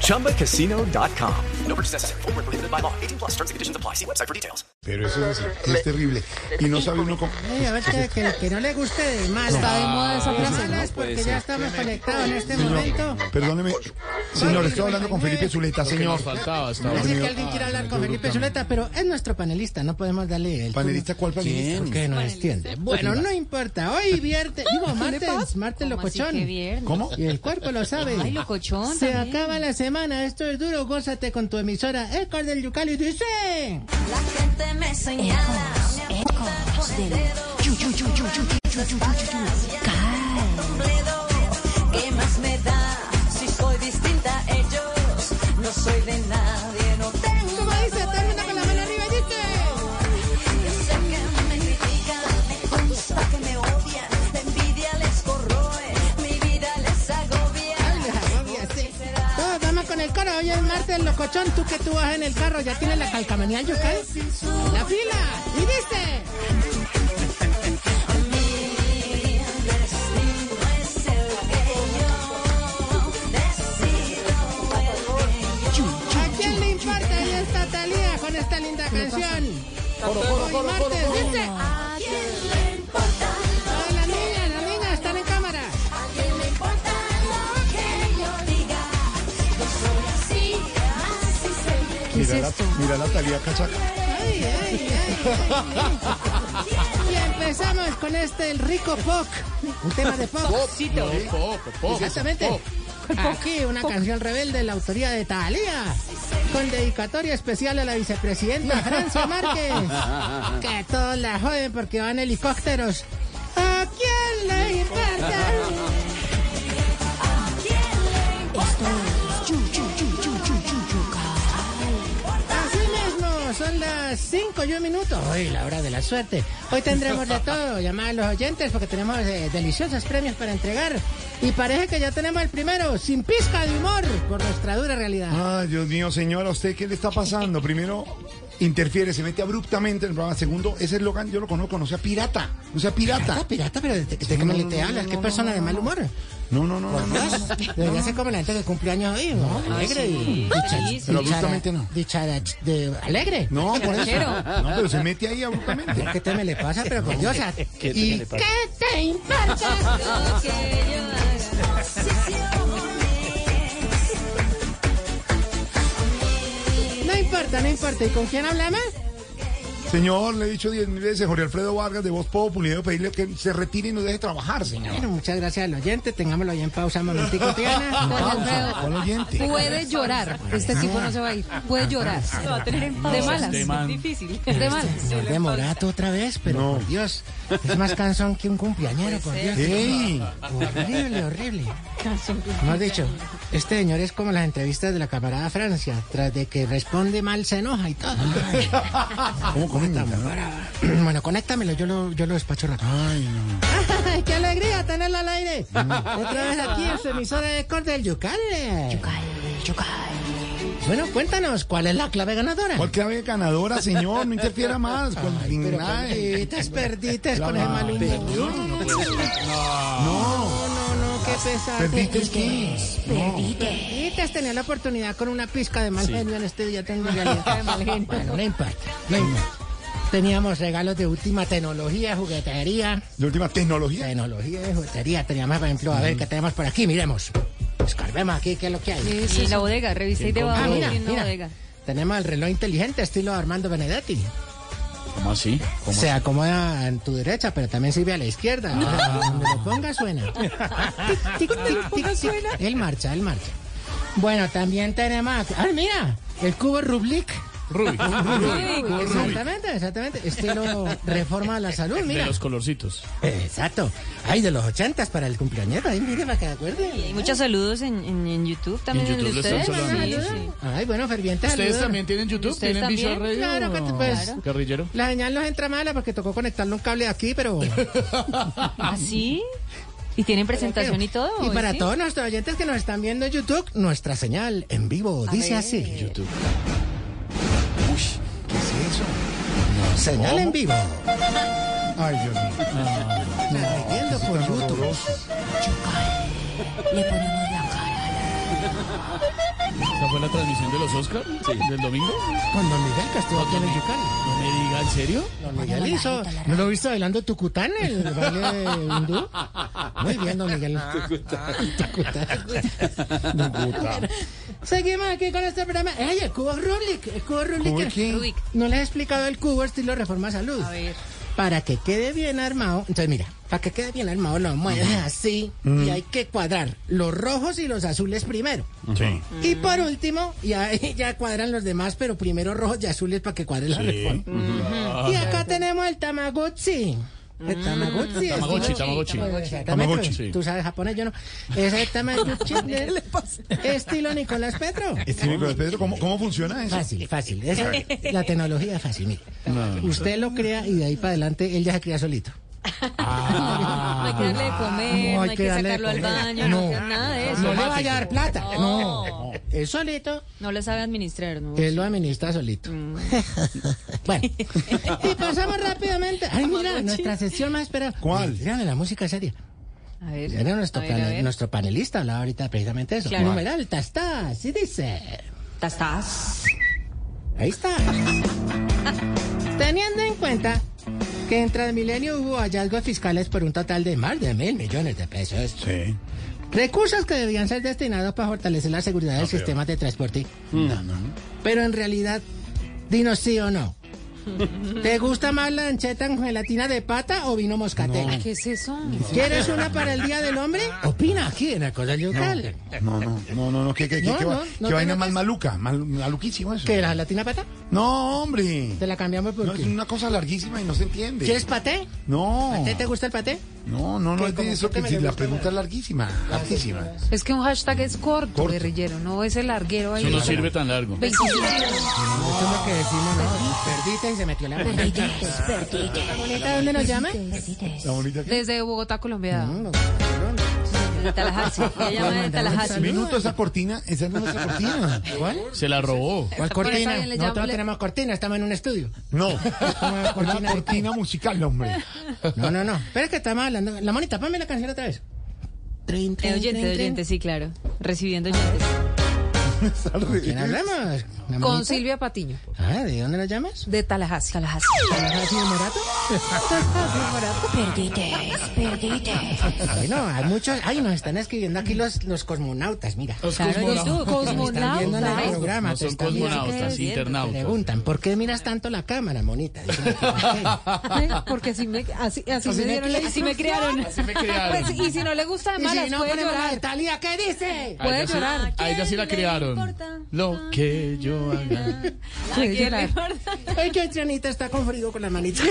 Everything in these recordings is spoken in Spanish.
ChumbaCasino.com. No purchase necessary. Void where prohibited by law. 18 plus terms and conditions apply. See website for details. Pero eso es, es terrible. Y no sabe uno cómo. Ay, a ver, que, que- que no le guste de malas. Está de moda esa De frase, ¿no? malas porque ya estamos conectados en este Señor, momento. perdóneme. Señor, estoy hablando con Felipe Zuleta, señor. faltaba hasta Parece Dios mío. que alguien quiere Ah, hablar con Felipe Zuleta, pero es nuestro panelista, no podemos darle el... ¿Panelista cuál panelista? Que no entiende. Bueno, no importa. Hoy vierte, digo, martes, martes ¿Cómo así locochón. que viernes? ¿Cómo? Y el cuerpo lo sabe. Ay, locochón Se también. acaba la semana, esto es duro, gózate con tu emisora Ecos del Yucal y dice... ¿Qué más me da si soy distinta a ellos? No soy de nadie, no tengo ¿Cómo dice? Termina con la mano arriba y dice... que sé que me critican, me consta que me odian, la envidia les corroe, mi vida les agobia. Ay, les agobia, sí. Todos vamos con el coro, hoy es martes locochón, tú que tú vas en el carro, ya tienes la calcamanía al Yucal. La fila, y dice... No es el que yo decido, el que yo ¿A quién le importa? Ahí está Talía con esta linda canción. Hoy martes, ¿viste? ¿A quién le importa? Todas las niñas, las niñas están en cámara. ¿A quién le importa lo que yo diga? Yo soy así, así soy yo. Mira la, mira la talía cachaca. Ay, ay, ay, ay. Y empezamos con este el rico Poc. Un tema de Poc. Poco, poco. Exactamente. Aquí una canción rebelde de la autoría de Talía. Con dedicatoria especial a la vicepresidenta Francia Márquez. Que todos la joden porque van helicópteros. ¿A quién le importa? Así mismo, son las 5 y un minuto. Hoy, la hora de la suerte. Hoy tendremos de todo. Llamar a los oyentes porque tenemos eh, deliciosos premios para entregar. Y parece que ya tenemos el primero, sin pizca de humor, por nuestra dura realidad. Ay, Dios mío, señora, ¿a usted qué le está pasando? Primero, interfiere, se mete abruptamente en el programa. Segundo, ese eslogan yo lo conozco, no sea pirata. No sea pirata. Pirata, Ah, pirata, pero de, de que no, me le no, te no, hablas, no, qué no, persona no, de mal no. humor. No, no, no, no. no. Debería ser como la gente que cumple años hoy, ¿no? pues Alegre y dicha- feliz, Pero dichara- abruptamente no. dichara- de alegre. No, por eso. Quiero. No, pero se mete ahí abruptamente. ¿Qué te me le pasa? Pero por Dios, ¿a- ¿y qué te importa? Lo que yo hago, posiciones. No importa, no importa. ¿Y con quién hablamos? Señor, le he dicho diez mil veces, Jorge Alfredo Vargas de Voz Populi, debo pedirle que se retire y nos deje trabajar, señor. Bueno, muchas gracias al oyente. Tengámoslo ahí en pausa un momentico, Don Triana. Alfredo, ¿cuál oyente? Puede llorar. Este tipo no se va a ir. Puede llorar. De malas. Difícil. De malas. No, De Morato otra vez, pero No. por Dios, es más cansón que un cumpleañero, por Dios. ¡Ey! Horrible, horrible. Hemos dicho, este señor es como las entrevistas de la camarada Francia, tras de que responde mal se enoja y todo. ¿Cómo comenta? bueno, conéctamelo, yo lo, yo lo despacho rápido. Ay, no. ¡Ay, qué alegría tenerlo al aire! Otra vez aquí en su emisora de Corte del Yucal. Bueno, cuéntanos, ¿cuál es la clave ganadora? ¿Cuál clave ganadora, señor? No interfiera más. ¿Cuál- Ay, pero Ay, perdites, perdites con el Claro, mal humor. no, Ah, No, no, no, qué pesado. ¿perdites qué? No. Perdites tener la oportunidad con una pizca de mal genio en este día. Tengo realidad de mal genio. Bueno, no importa, no importa. Teníamos regalos de última tecnología, juguetería. La última tecnología. Tecnología de juguetería. Teníamos, por ejemplo, a ver qué tenemos por aquí. Miremos. Escarbemos aquí qué es lo que hay. Y la bodega. Revisé y Ah, debajo mira, tiene una mira. bodega. Tenemos el reloj inteligente estilo Armando Benedetti. ¿Cómo así? Ah. ¿Cómo Se acomoda en tu derecha, pero también sirve a la izquierda. Donde lo ponga suena. Tic, tic, tic, tic, tic. Él marcha, él marcha. Bueno, también tenemos. ¡Ah, mira! El cubo Rublik. Ruby. Exactamente, exactamente. Estilo reforma a la salud, De mira. los colorcitos. Exacto. Ay, de los ochentas para el cumpleañero. Ay, mire, para que acuerde. Y muchos saludos en, en, en YouTube también. En YouTube de le están ustedes. saludando, Sí, sí. Ay, bueno, ferviente. ¿Ustedes saludo. también tienen YouTube? ¿Ustedes ¿Tienen bicho también? radio? Claro, que te- pues, Guerrillero. La señal nos entra mala porque tocó conectarle un cable aquí, pero... ¿Ah, sí? ¿Y tienen presentación y todo? Y hoy para sí? todos nuestros oyentes que nos están viendo en YouTube, nuestra señal en vivo dice ver. así. YouTube. ¿Qué es eso? Señal en vivo. Ah, Ay, Dios mío. Transmitiendo por YouTube. ¿Esa fue la transmisión de los Oscar? ¿Del domingo? Con Don Miguel que estuvo aquí en el Yucal. No me diga, ¿en serio? Don Miguel hizo... ¿No lo viste bailando Tucután, el baile hindú? Muy bien, Don Miguel. Tucután. Seguimos aquí con este programa. ¡Ay, el cubo Rubik! El cubo Rubik. ¿Cubo quién? Rubik. No les he explicado el cubo estilo Reforma Salud. A ver. Para que quede bien armado, entonces mira, para que quede bien armado lo mueves así y hay que cuadrar los rojos y los azules primero. Sí. Y por último, ya, ya cuadran los demás, pero primero rojos y azules para que cuadre la reforma. pues. Y acá tenemos el Tamagotchi. El Tamagotchi. es Tamagotchi, uno- Tamagotchi. Exactamente, Tamagotchi, pues, sí. Tú sabes japonés, yo no. Es el Tamagotchi del estilo Nicolás Petro. Este Nicolás Pedro, ¿cómo, ¿cómo funciona eso? Fácil, fácil. Eso, la tecnología es fácil, mire. Usted lo crea y de ahí para adelante él ya se cría solito. No hay que darle Ah. de comer, no hay, que, darle de sacarlo al comer. baño, no, No, nada de eso. no le vaya a dar plata. No, No. es solito. No lo sabe administrar, ¿no? Él lo administra solito. bueno, y pasamos rápidamente. Ay, mira, nuestra sesión más esperada. ¿Cuál? Díganle la música seria. A ver. Era nuestro, a ver, pane- a ver. nuestro panelista, hablaba ahorita precisamente de eso. Claro. Numeral, tastas, y dice. Tastas. Ahí está. Teniendo en cuenta que en Transmilenio hubo hallazgos fiscales por un total de más de mil millones de pesos. Sí. Recursos que debían ser destinados para fortalecer la seguridad del sistema de transporte. No, no. Pero en realidad, dinos sí o no. ¿Te gusta más la ancheta con gelatina de pata o vino moscatel? ¿Qué es eso? ¿Quieres una para el Día del Hombre? Opina aquí en la cosa local. No, no, no, no, no, que, que, que, No, que va- no, no que te vaina metas. más maluca, mal, maluquísimo eso. ¿Que la gelatina pata? No, hombre. Te la cambiamos No, por... es una cosa larguísima y no se entiende. ¿Quieres paté? No. ¿A ti te gusta el paté? No, no, no, ¿Qué, es cómo, de eso qué que me si le la gusta? Ah, pregunta es larguísima, larguísima. Es que un hashtag es corto, Corto. guerrillero, no es el larguero ahí. Eso no sirve tan largo. 25. Eso es lo que decimos, ¿no? Perdita y se metió la perdita. Bonita, ¿dónde nos llama? La bonita que... Desde Bogotá, Colombia. Mm, De Tallahassee. Ella llama de Tallahassee. Minuto esa cortina, esa no es esa cortina. ¿Cuál? Se la robó. ¿Cuál Por eso cortina? alguien le Nosotros llama- no tenemos cortina, estamos en un estudio. No, una cortina, musical, hombre. No, no, no. Pero es que estamos hablando. La monita, ponme la canción otra vez. Trin, Eh, trin, oyente, trin, trin. oyente, sí, claro. Recibiendo oyentes. Es al revés. ¿Quién hablamos? ¿La Con monita? Silvia Patiño, Ah, ¿de dónde nos llamas? de Tallahassee. Tallahassee. ¿Así de Morato? Ay, no, hay muchos. Ay, nos están escribiendo aquí los, los cosmonautas, mira. Los Claro, tú, Están viendo en el cosmonauta. programa, No te son están viendo. cosmonautas, Te internautas. Preguntan, ¿por qué miras tanto la cámara, monita? Dicen, Ay, Porque así me, así, así me me dieron, criaron. así me criaron. Así me criaron. Pues, y si no le gusta de Y malas, si no, puede ponemos la de llorar. Talía, ¿qué dice? A Puede ella sí- llorar. A ella sí la ¿Qué le criaron. importa? Lo que yo haga. Puede llorar. Ay, que Trianita está con frío con la manita.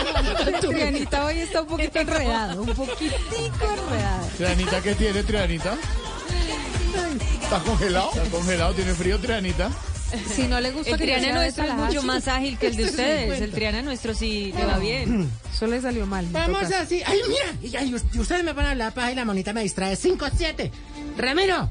Trianita hoy está un poquito enredado, un poquitico enredado. Trianita, ¿qué tiene Trianita? ¿Está congelado? ¿Está congelado? ¿Tiene frío Trianita? Si no le gusta El que triana sea de nuestro es Tallahassee, mucho más ágil que el de ustedes. El triana nuestro sí le va bien. Solo le salió mal. Vamos así. Ay, mira. Y, ay, us- y ustedes me van a hablar paja y la monita me distrae. 5-7. Ramiro,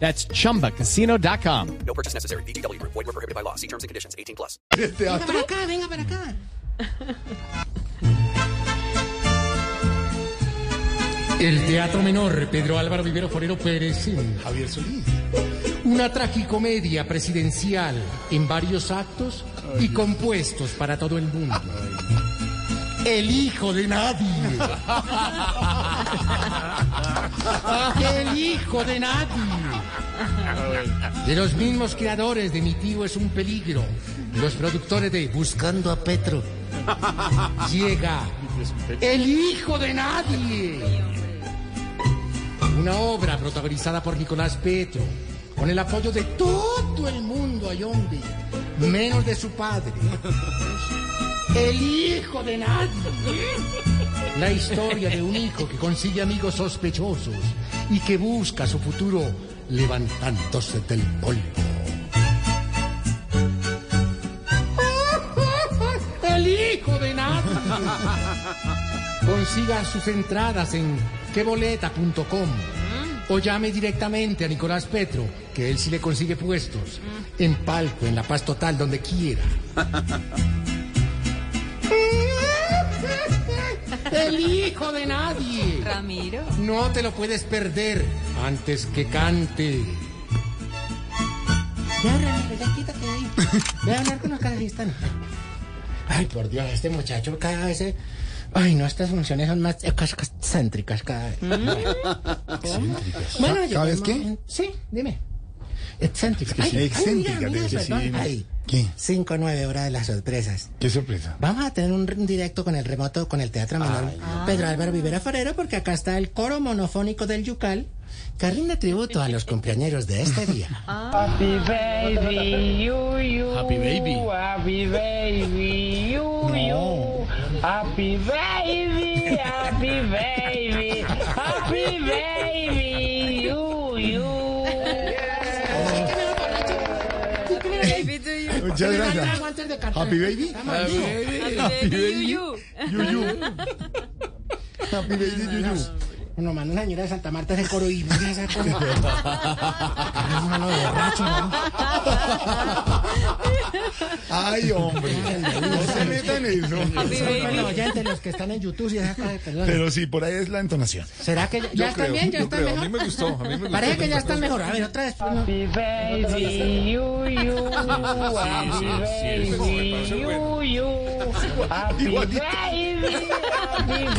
That's chumbacasino.com. Venga para acá, venga para acá. El Teatro Menor, Pedro Álvaro Vivero Forero Pérez. sí. Javier Solís. Una tragicomedia presidencial en varios actos y compuestos para todo el mundo. El hijo de nadie. El hijo de nadie. De los mismos creadores de Mi tío es un peligro, los productores de Buscando a Petro, llega El hijo de nadie. Una obra protagonizada por Nicolás Petro, con el apoyo de todo el mundo a Yombi, menos de su padre. El hijo de nadie. La historia de un hijo que consigue amigos sospechosos y que busca su futuro levantándose del polvo. El hijo de nadie. Consiga sus entradas en queboleta.com o llame directamente a Nicolás Petro, que él sí le consigue puestos, en palco, en La Paz Total, donde quiera. El hijo de nadie. Ramiro. No te lo puedes perder antes que cante. Ya, Ramiro, ya quítate de ahí. Voy a hablar con los kazajistán. Ay, por Dios, este muchacho cada vez... eh, Ay, no, estas funciones son más eh, excéntricas cada vez. Mm. Bueno, llegó ¿Sabes el qué? momento- Sí, dime. Excéntricas. sí, excéntrica, debe ser, sí. Ay, ¿Qué? 5 9 horas de las sorpresas. Qué sorpresa. Vamos a tener un r- directo con el remoto, con el Teatro Menor Pedro Álvaro Rivera Farero, porque acá está el coro monofónico del Yucal, que rinde tributo a los cumpleañeros de este día. Happy baby, you, you. Happy baby. Happy baby, you, Oh, you. Happy baby, happy baby. Happy baby, you, you. Muchas gracias. Happy baby. Baby, you, Yuyu. Happy baby Yuyu. Bueno, mano, una señora de Santa Marta ese coro y mira esa cosa. Ay, mano, borracho, ¿no? Ay, hombre. No se metan en eso. Son los oyentes, los que están en YouTube y esas cosas, perdón. Pero sí, por ahí es la entonación. ¿Será que ya, ya están bien? ¿Ya están mejor? gustó, a mí me Parece que ya están mejor. A ver, otra vez. pues, no. Happy baby, you, you. Happy baby, you, you. Happy baby, Igualito. happy baby. Happy baby. happy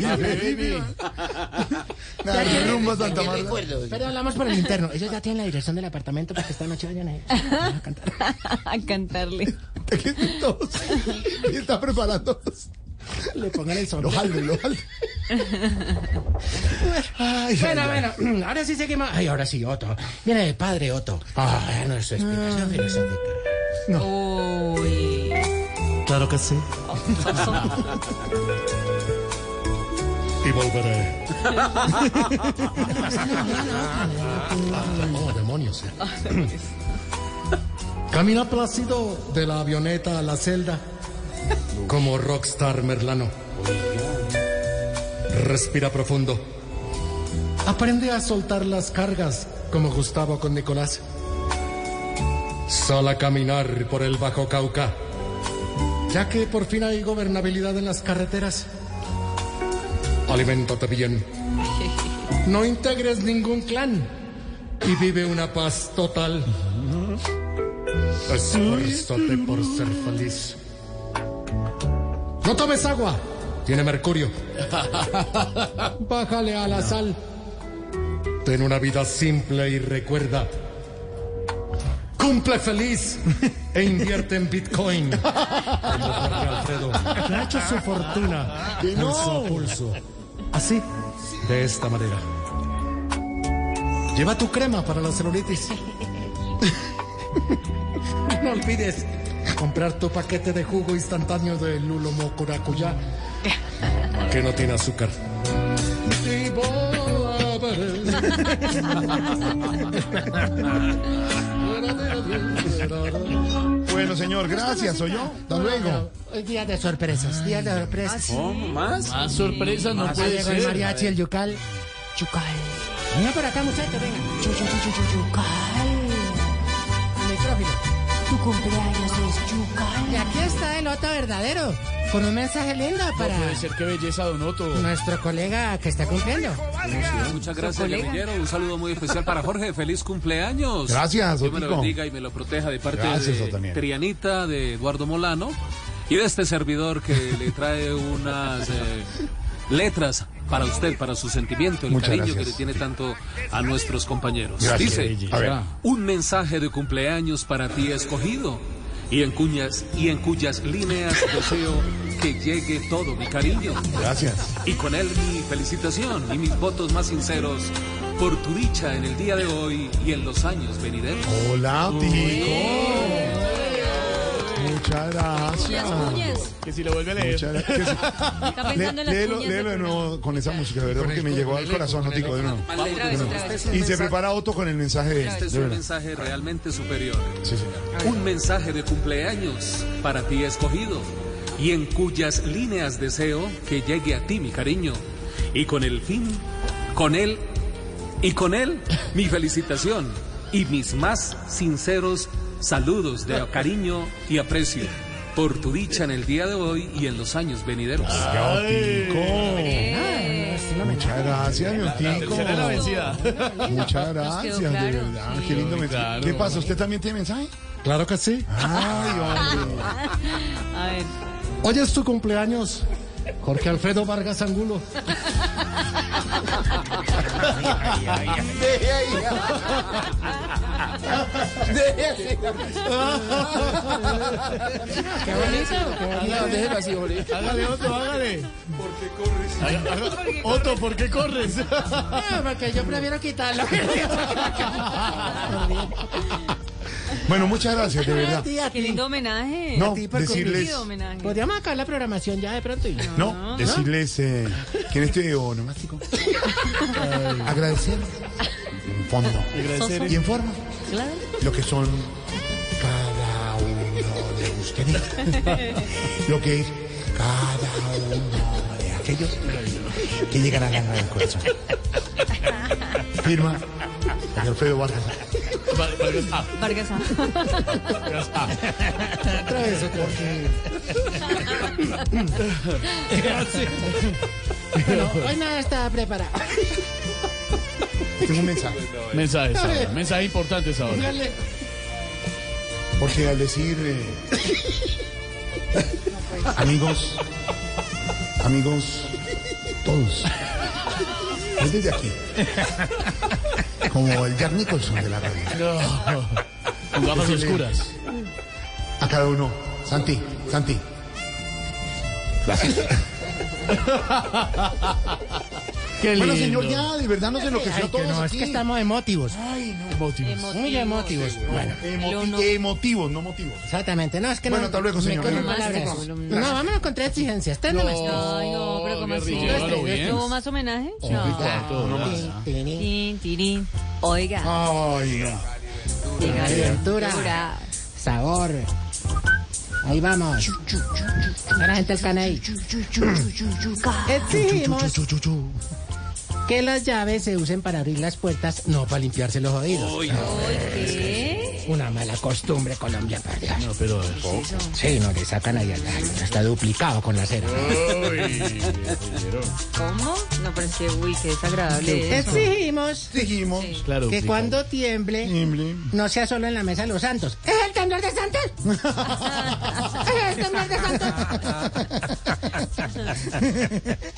baby. Happy baby. Nada, rumba Santa Marta. Pero hablamos por el interno. Ellos ya tienen la dirección del apartamento para que esta noche vayan a ir. Van a cantar. A cantarle. ¿Qué es tos? Y está preparando. Le pongan el Lo sonido. jalde, lo jalde. Ay, Bueno, ay, bueno, ahora sí seguimos. Ay, ahora sí, Otto. Viene el padre Otto. Ay, no es su explicación filosófica. Uy. Claro que sí. y volveré. oh, demonios. eh? Camina plácido de la avioneta a la celda como rockstar merlano. Respira profundo. Aprende a soltar las cargas como Gustavo con Nicolás. Sal a caminar por el Bajo Cauca, ya que por fin hay gobernabilidad en las carreteras. Aliméntate bien. No integres ningún clan y vive una paz total. Esfuérzate por ser feliz. No tomes agua, tiene mercurio. Bájale a la sal. Ten una vida simple y recuerda. Cumple feliz e invierte en Bitcoin. Como Jorge Alfredo, que ha hecho su fortuna pulso a pulso. Así, de esta manera. Lleva tu crema para la celulitis. No olvides comprar tu paquete de jugo instantáneo de Lulo Mocoracuyá, que no tiene azúcar. Y volveré. Bueno, señor, gracias, ¿oyó? Hasta luego. Hoy día de sorpresas, día de sorpresas. ¿Más? Más sorpresa no Ya puede llegó el ser. mariachi, el yucal. Yucal. Venga por acá, muchachos, venga. Yo, yo, yo, yo, yo, yucal. Al micrófono. Tu cumpleaños es yucal. Y aquí está el otro verdadero. con un mensaje lindo para puede ser que belleza Donoto. nuestro colega que está cumpliendo. Muchas gracias, guerrillero. Un saludo muy especial para Jorge. Feliz cumpleaños. Gracias, Dios me lo Otico. bendiga y me lo proteja de parte Gracias, de Otoniel. Trianita, de Eduardo Molano y de este servidor que le trae unas eh, letras para usted, para su sentimiento, el Muchas cariño gracias. que le tiene tanto a nuestros compañeros. Gracias, Dice, Guille. A ver. un mensaje de cumpleaños para ti escogido. Y en, cuñas, y en cuyas líneas deseo que llegue todo mi cariño. Gracias. Y con él mi felicitación y mis votos más sinceros por tu dicha en el día de hoy y en los años venideros. Hola, Tico. Muchas gracias. Que si lo vuelve a Muchas leer. gracias. Está Le- pensando en las léelo, cuñas léelo de del nuevo con esa música, de verdad, porque me llegó al corazón, Otico, de nuevo. Otra vez, otra vez. Y se prepara Otto con el mensaje de Este él, es de un verdad. mensaje realmente superior. Sí, señor. Un mensaje de cumpleaños para ti escogido y en cuyas líneas deseo que llegue a ti mi cariño. Y con el fin, con él y con él mi felicitación y mis más sinceros saludos de cariño y aprecio por tu dicha en el día de hoy y en los años venideros. Ya, Otico. Muchas gracias, mi Otico. Será la vencida. Muchas Nos quedó gracias, de claro, verdad. sí. Qué lindo Muy mensaje. claro. ¿Qué pasa? ¿Usted también tiene mensaje? Claro que sí. Ay, hombre. A ver. Hoy es tu cumpleaños, Jorge Alfredo Vargas Angulo. Qué bonito, qué bonito. Hágale, Otto, hágale. ¿Por qué corres? Otto, ¿por qué corres? Ah, porque yo prefiero quitarlo. Bueno, muchas gracias, de verdad. Qué lindo homenaje. No, ti por decirles. Lindo homenaje. Podríamos acabar la programación ya de pronto. y- No, decirles eh, que en este onomástico eh, agradecer en fondo y en forma lo que son cada uno de ustedes, lo que es cada uno de aquellos que llegan a ganar el corazón. Firma Jorge Alfredo Vargas. Vargas. Otra vez, Jorge. Bueno, hoy nada estaba preparado. Tengo un mensaje, Mensajes ahora, mensajes importantes ahora. porque al decir eh, amigos, amigos, todos, es desde aquí, como el Jack Nicholson de la radio. Con gafas oscuras. A cada uno. Santi, Santi. Qué Bueno, lindo. señor, ya, de verdad nos enloqueció Ay, a que todos no, es aquí. que estamos emotivos. Ay, no, motivos. Muy emotivos. Bueno, Emoti- no. Emotivos, no motivos. exactamente. No, es que Bueno, no. hasta luego, me señor. cogen Gracias. palabras. No, vámonos con tres exigencias. Tres nomás. Ay, no, pero ¿cómo así? guerrillero, Oh, lo bien. Oh. ¿No hubo más homenaje? Cuatro, no más. Tirín, Tin, tirín. Ah, Oiga. Ay, Aventura. Sabor. Ahí vamos. A la gente del canal. Exigimos que las llaves se usen para abrir las puertas, no para limpiarse los oídos. ¿Qué? Una mala costumbre colombiana. No, pero a ver. Sí, no le sacan ahí al año. Está duplicado con la cera. ¿Cómo? No, pero es que, uy, qué desagradable es. Exigimos Dijimos. Claro. que sí, cuando tiemble no sea solo en la mesa de los santos. ¡Es el temblor de santos! ¡Es el temblor de santos!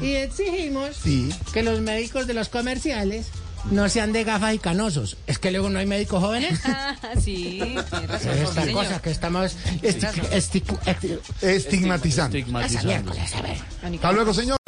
y exigimos Sí. que los médicos de los comerciales no sean de gafas y canosos. Es que luego no hay médicos jóvenes. Ah, sí, tiene razón. Esta señor. cosa que estamos esti- estipu- esti- Estigmatizando. esa Estigmatizando. miércoles, a ver. Hasta luego, señor.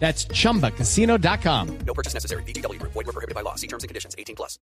That's chumbacasino.com. No purchase necessary. BGW. Void were prohibited by law. See terms and conditions. 18 plus.